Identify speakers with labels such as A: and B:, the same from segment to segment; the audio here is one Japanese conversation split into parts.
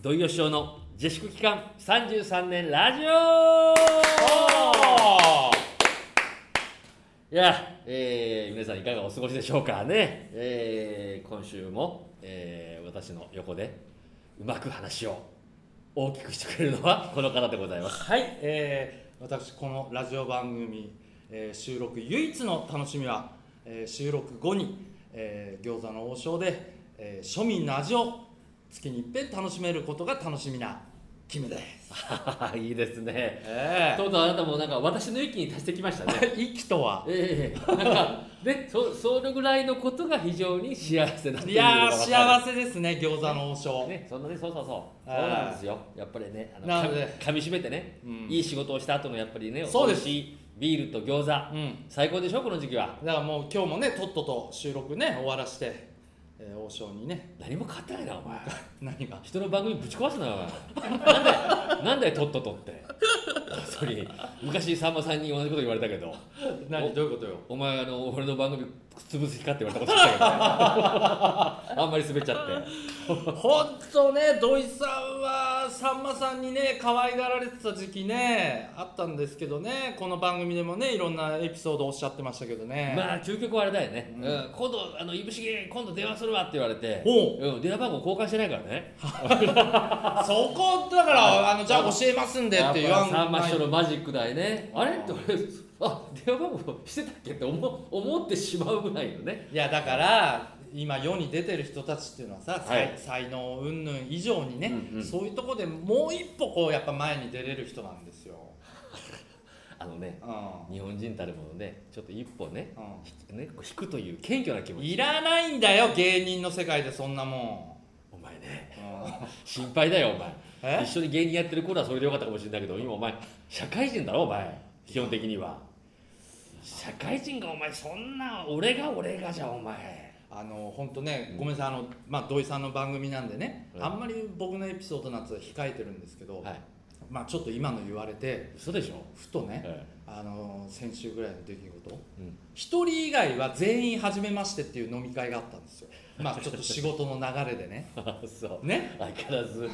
A: 土井善雄の自粛期間33年ラジオいや、えー皆さんいかがお過ごしでしょうかね、えー今週も、えー私の横でうまく話を大きくしてくれるのはこの方でございます
B: はい、えー私このラジオ番組、えー収録唯一の楽しみは、えー収録後に、えー餃子の王将で、えー庶民の味を月に一遍楽しめることが楽しみなキムです、
A: いいですね
B: え
A: とうとうあなたもなんか私の域に達してきましたね
B: ー、息とは
A: ええ なんかねそそれぐらいのことが非常に幸せだって
B: い
A: いうのが
B: やー
A: 分かる
B: 幸せですね餃子の王将、
A: ね、そんなね、そうそうそう、
B: はい
A: そうなんですよ、やっぱりね、あ
B: な
A: か
B: ので
A: 噛みしめてね、
B: うん
A: いい仕事をした後のやっぱりね、
B: そうです
A: 美味しいビールと餃子、
B: うん
A: 最高でしょ、この時期は。
B: だからもう今日もねとっとと収録ね終わらして、えー王将にね
A: 何も買ってないな、お前。
B: 何が
A: 人の番組ぶち壊すな、お前。 なんだよ、なんだよ、とっととって。それ昔、さんまさんに同じこと言われたけど、
B: 何どういうことよ
A: お前、あの俺の番組潰す気かって言われたことあったけどね、あんまり滑っちゃって。
B: 本当ね土井さんはさんまさんにね可愛がられてた時期ねあったんですけどねこの番組でもねいろんなエピソードおっしゃってましたけどね、
A: まあ究極はあれだよね、う
B: うんん
A: 今度あのいぶしげ今度電話するわって言われて、
B: お
A: うん、電話番号交換してないからね
B: そこだからあのじゃあ教えますんでって言わ
A: や
B: ん
A: ぱさんま師匠
B: ない
A: のマジックだよねあれって俺あ電話番号してたっけって思思ってしまうぐらいのね
B: いやだから今世に出てる人たちっていうのはさ、
A: はい
B: 才才能云々以上にね、
A: うんうん
B: そういうとこでもう一歩こうやっぱ前に出れる人なんですよ、
A: あのね
B: う
A: 日本人たるものねちょっと一歩ね
B: んうん
A: ねこう引くという謙虚な気持ち
B: いらないんだよ芸人の世界でそんなも
A: お前ね
B: ん、うん
A: 心配だよお前
B: え
A: 一緒に芸人やってる頃はそれでよかったかもしれないけど今お前社会人だろお前基本的には社会人がお前そんな俺が俺がじゃお前
B: あの本当ね
A: うん
B: ごめんなさいあの、まあ、土井さんの番組なんでね、
A: うん
B: あんまり僕のエピソードのやつは控えてるんですけど、
A: はい
B: まあ、ちょっと今の言われて
A: 嘘でしょ、
B: ふとね、
A: え
B: あの先週ぐらいの出来事
A: えうん、
B: 一人以外は全員初めましてっていう飲み会があったんですよまあちょっと仕事の流れで ね
A: あそう
B: ね
A: 相変わらず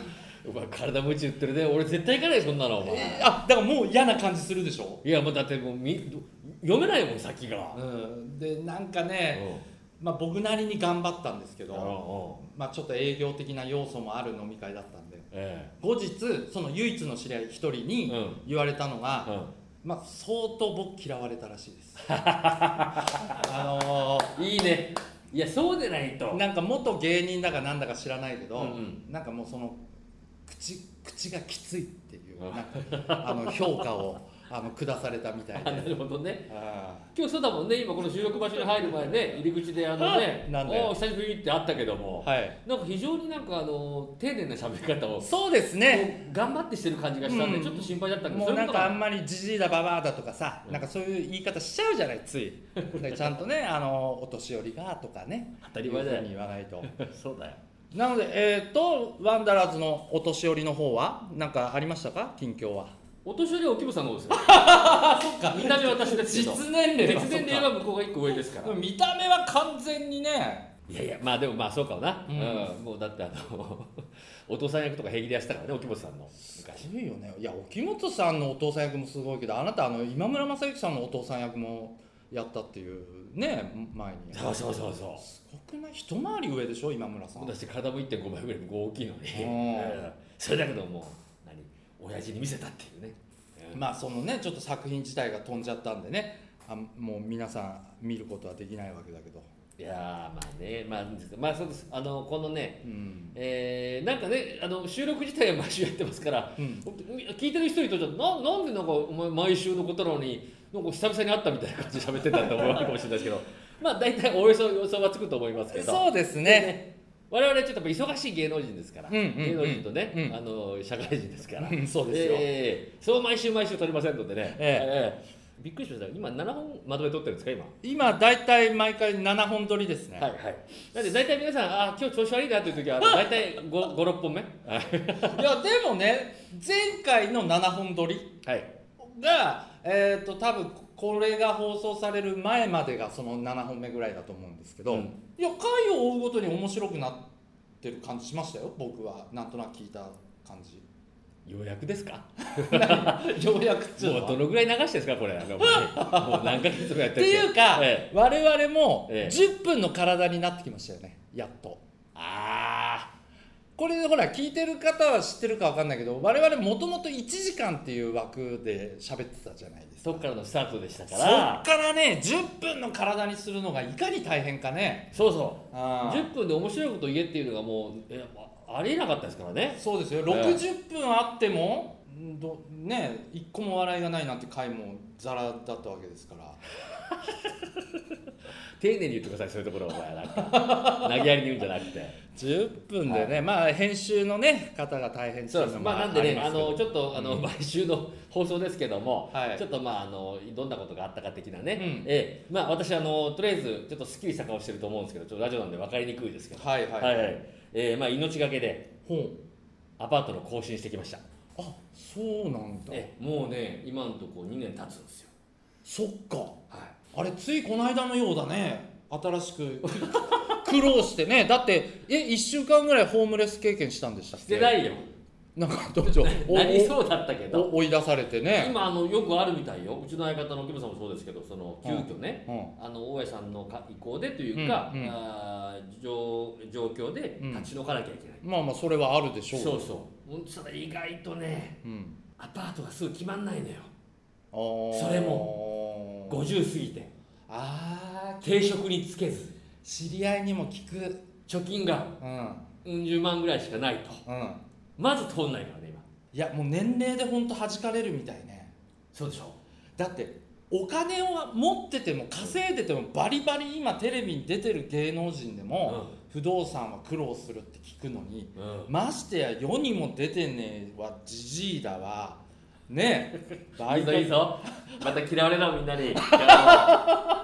A: お前体無知言ってるね俺絶対行かないよそんなのお前、
B: えあだからもう嫌な感じするでしょ、
A: いやもうだってもうみ読めないもん先が、
B: うん、でなんか
A: うん
B: ね、まあ、僕なりに頑張ったんですけ
A: うんう
B: ど、
A: ん
B: まあ、ちょっと営業的な要素もある飲み会だったんで
A: え
B: 後日その唯一の知り合い一人
A: えう
B: に
A: ん
B: 言われたのが、
A: う
B: まあ、相当僕嫌われたらしい ですあの
A: ん、いいねいやそうでないと
B: ーなんか元芸人だかなんだか知らないけど、
A: うん
B: なんかもうその口口がきついっていう
A: あ
B: なんかあの評価をあの下されたみたい
A: あな
B: で
A: るほどね
B: あ
A: 今日そうだもんね今この収録場所に入る前ね入り口であのね
B: なんだよ
A: おー久しぶりってあったけども、
B: ーはい
A: なんか非常になんかあの丁寧な喋り方を
B: そうですね
A: こう頑張ってしてる感じがしたんで、
B: うん
A: ちょっと心配だったんで
B: も
A: す
B: うなんかあ
A: も
B: んまりじじいだばばあだとかさ、
A: うん
B: なんかそういう言い方しちゃうじゃない ついだからちゃんとねあのお年寄りがとかね
A: 当たり前だよ
B: いうふうに言わないと
A: そうだよ
B: なので、えー、とワンダラーズのお年寄りの方は何かありましたか近況は
A: お年寄りはおきむさんの方 ですよ見た目は私ですけど
B: 年
A: 別年齢は向こうが一個上ですから
B: 見た目は完全にね
A: いやいやまあでもまあそうかもな、う
B: うんん
A: もうだってあの お父さん役とか平気でやってたからねおきむさんの昔
B: すごいよねいや沖本さんのお父さん役もすごいけどあなたあの今村雅之さんのお父さん役もやったっていうね前 に
A: そうそうそうそう
B: すごくない一回り上でしょ今村さん
A: 私体も1.5倍ぐらい向こう大きいのに、
B: ん
A: うんそれだけどもう何親父に見せたっていうね、うん
B: まあそのねちょっと作品自体が飛んじゃったんでねあもう皆さん見ることはできないわけだけど
A: いやーまあねまあ、まあ、そうですあのこのね
B: うん、
A: えーなんかねあの収録自体は毎週やってますから
B: うん、
A: 聞いてる人にとってはななんでなんかお前毎週のことなのになんか久々に会ったみたいな感じで喋ってたって思われるかもしれないですけど まあ大体おおよそ予想はつくと思いますけど
B: そうです
A: う
B: ね
A: 我々ちょっとやっぱ忙しい芸能人ですから、
B: うんうんうん
A: 芸能人とね、
B: うん
A: あの社会人ですから、
B: うんそうですよ
A: ええそう毎週毎週撮りませんのでね、
B: え
A: ええびっくりしました今7本まとめ撮ってるんですか今
B: 今大体毎回7本撮りですね、
A: はいはいなんで大体皆さんあ今日調子悪いなという時はあ の大体56本目はい
B: いやでもね前回の7本撮り
A: はい
B: がえっ、と多分これが放送される前までがその7本目ぐらいだと思うんですけど、
A: うん
B: いや回を追うごとに面白くなっってる感じしましたよ僕はなんとなく聞いた感じ
A: ようやくですか
B: ようやくっちゅう
A: も
B: の
A: う
B: は
A: どのぐらい流してですかこれなんかもうねもう何ヶ月もやっ
B: ってていうか、
A: ええ
B: 我々も
A: ええ
B: 10分の体になってきましたよねやっと
A: あ
B: これほら聞いてる方は知ってるかわかんないけど我々もともと1時間っていう枠で喋ってたじゃないで
A: ー
B: すか
A: そっからのスタートでしたか
B: そっ
A: ら
B: からね10分の体にするのがいかに大変かね
A: そうそう
B: あー
A: 10分で面白いこと言えっていうのがもうえあありえなかったですからね
B: そうですよ60分あっても、んどね一個も笑いがないなんて回もザラだったわけですから
A: 丁寧に言ってくださいそういうところはお前なん か投げやりに言うんじゃなくて
B: 10分でね、まあ編集のね方が大変っていうのも
A: まあなんでねあ
B: りますけど
A: のちょっとあの、毎週の放送ですけども、
B: はい
A: ちょっとまああのどんなことがあったか的なね、
B: うん
A: ええまあ私あのとりあえずちょっとすっきりした顔してると思うんですけどちょっとラジオなんで分かりにくいですけど
B: はいはい
A: はいはいええまあ命がけで
B: ほう
A: アパートの更新してきました
B: あそうなんだ
A: ええもうね今のとこ2年経つんですよ
B: そっか
A: はい
B: あれついこの間のようだね新 しく苦労してねだってえ1週間ぐらいホームレス経験したんでしたっけ
A: してないよ
B: なんかど うしようお
A: なりそうだったけ
B: お
A: ど
B: お追い出されてね、
A: 今あのよくあるみたいようちの相方の木村さんもそうですけどその急遽ね、
B: うん、
A: あの大家さんのか意向でというか、
B: うんうん
A: あー状状況で
B: うん
A: 立ち退かなきゃいけない、
B: まあまあそれはあるでしょう
A: そうそううんそれ意外とね
B: うん、
A: アパートがすぐ決まんないのよ
B: あー
A: それ
B: も
A: 50過ぎて
B: あー
A: 定職に就けず
B: 知り合いにも聞く
A: 貯金が
B: うん
A: うん10万ぐらいしかないと
B: うん
A: まず通んないからね今
B: いやもう年齢でほんと弾かれるみたいね
A: そうでしょ
B: だってお金を持ってても稼いでてもバリバリ今テレビに出てる芸能人でも不動産は苦労するって聞くのに
A: うん、
B: ましてや世にも出てねえわじじいだわねえバ
A: いい
B: イト
A: ぞいいぞまた嫌われろみんなにいやもう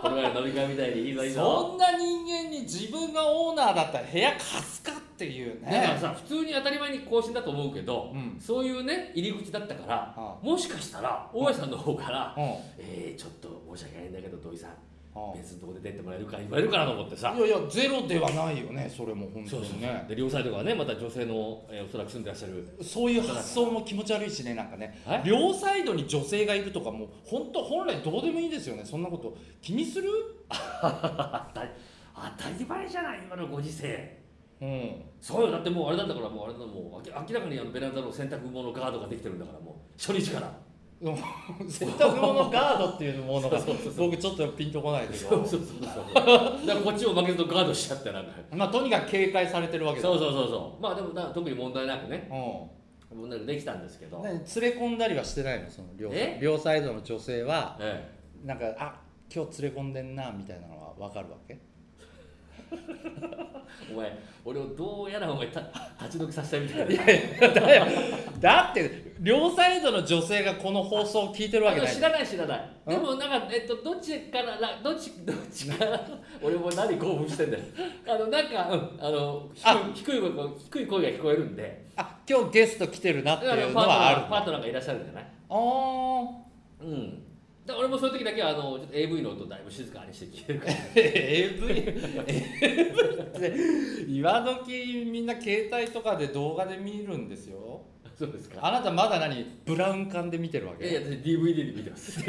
A: この前の飲み会みたいにいいぞいいぞ
B: そんな人間に自分がオーナーだったら部屋貸すかっていう
A: だから
B: ね
A: さ普通に当たり前に更新だと思うけど、
B: うん
A: そういうね入り口だったから
B: あ
A: もしかしたら大家さんの方から
B: うん
A: 「えー、ちょっと申し訳ないんだけど土井さん
B: あ
A: 別のとこで出てもらえるか言われるかな」と思ってさ
B: いやいやゼロではないよねそれも本当
A: そうそう
B: に
A: ね
B: ね
A: で両サイドがねまた女性の、えーおそらく住んでらっしゃる
B: そういう発想も気持ち悪いしねなんかね
A: え
B: 両サイドに女性がいるとかもう本当本来どうでもいいですよねそんなこと気にする
A: あたり当たり前じゃない今のご時世
B: うん
A: そうよだってもうあれなんだからもうあれだもう明明らかにあのベランダの洗濯物のガードができてるんだからもう初日から
B: でも洗濯物のガードっていうものが
A: そうそうそうそう
B: 僕ちょっとピンとこないけ
A: そう
B: ど
A: そうそうそうだからこっちも負けるとガードしちゃってなんか
B: まあとにかく警戒されてるわけだ
A: そうそうそうそうまあでもだ特に問題なくね
B: うん
A: 問題なくできたんですけど、
B: ね連れ込んだりはしてないのその両
A: え
B: 両サイドの女性は
A: え
B: なんかあ今日連れ込んでんなみたいなのは分かるわけ
A: え、お前俺をどうやらお前た立ち退きさせたみたいない
B: やだよだって両サイドの女性がこの放送を聞いてるわけない
A: 知らない知らない
B: ん
A: でもなんかえっとどっちからなどっちどっちから 俺もう何興奮してんだよあのなんか、うん、あの
B: あ
A: 低い低い声低い声が聞こえるんで
B: あ今日ゲスト来てるな
A: だ
B: って
A: から
B: い
A: パー
B: う
A: ト
B: の
A: ナ
B: はある
A: ーパートナーがいらっしゃるんじゃない
B: あー
A: う んだから俺もそういう時だけはあのちょっと AV の音だいぶ静かにして聞ける から
B: AV, AV って今時みんな携帯とかで動画で見るんですよ
A: そうですか
B: あなたまだ何ブラウン管で見てるわ
A: いやいや
B: け
A: 私 DVD で見てます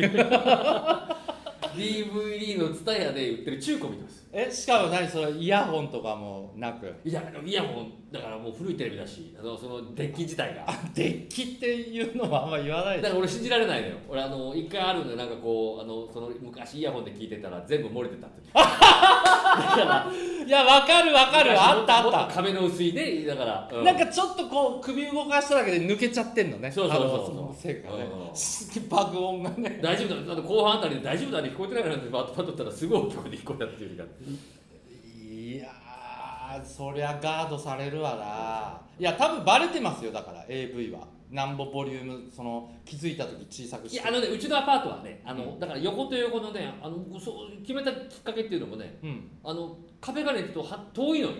A: DVD のツタヤで売ってる中古見てます
B: えしかも何それイヤホンとかもなく
A: いやイヤホンだからもう古いテレビだしあのそのデッキ自体が
B: あデッキっていうのはあんま言わない
A: だ
B: で
A: から俺信じられないのよ俺あの一回あるのよなんかこうあのその昔イヤホンで聞いてたら全部漏れてたって時だから
B: いやわかるわかるあった
A: もと
B: あっ
A: 壁の薄いねだから、
B: たなんかちょっとこう首動かしただけで抜けちゃってんのね
A: そうそうそうそう
B: あののせいかね
A: うんうん
B: し爆音がね
A: 大丈夫だあと後半あたりで大丈夫だね聞こえてないからってバッとパッとったらすごい大きい声で聞こえたっていうより
B: いやーそりゃガードされるわないや多分バレてますよだから AV はなんぼボリュームその気づいた時小さく
A: かい
B: して
A: やあのねうちのアパートはねあの、だから横と横のねあのそう決めたきっかけっていうのもね
B: うん
A: あの壁がねちょっとは遠いのよ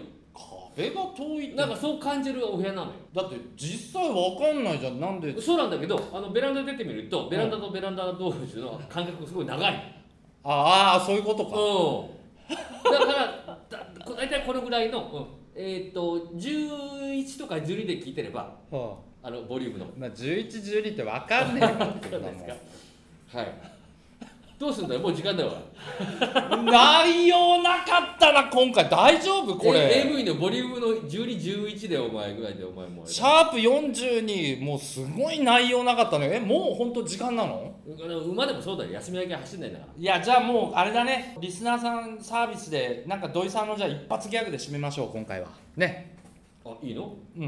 B: 壁が遠いって
A: なんかそう感じるお部屋なのよ
B: だって実際わかんないじゃんなんで
A: そうなんだけどあのベランダ出てみるとベランダとベランダ同士の間隔がすごい長い
B: ああそういうことか
A: うん、だからだ大体このぐらいの、うんえーっと11とか12で聞いてれば
B: ほ
A: あのボリュームの
B: うまあ11、12って分かんねえよ
A: そうですかはいどうすんだよもう時間だよ
B: 内容なかったら今回大丈夫こ
A: え
B: れ
A: AV のボリュームの1211でお前ぐらいでお前もう
B: シャープ42もうすごい内容なかったねえもう本当時間なの
A: 馬でもそうだよ休み明け走んないんだから
B: いやじゃあもうあれだねリスナーさんサービスでなんか土井さんのじゃあ一発ギャグで締めましょう今回はね
A: あいいの
B: うん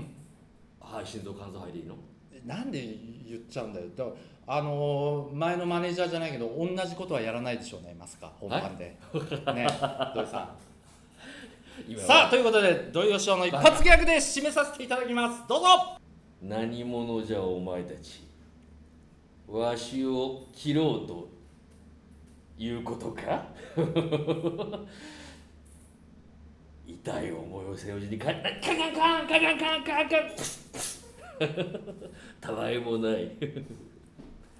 A: はい心臓肝臓肺でいいの
B: なんで言っちゃうんだよだからあのー前のマネージャーじゃないけど同じことはやらないでしょうねますか本番でね土井さんさあということで土井善雄の一発ギャグで締めさせていただきますどうぞ
A: 何者じゃお前たちわしを切ろうということか 痛い思いを背負うにかカンカンカンカンカンカンカンプスプスたわいもない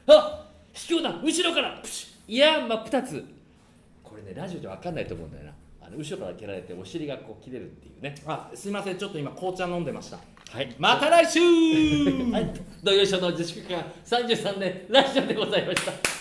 A: あ卑怯だ後ろからプシュいや真っ二つこれねラジオじゃ分かんないと思うんだよなあの後ろから蹴られてお尻がこう切れるっていうね
C: あすいませんちょっと今紅茶飲んでました
A: はい
B: また来週
A: はい、土曜日の自粛期間33年ラジオでございました。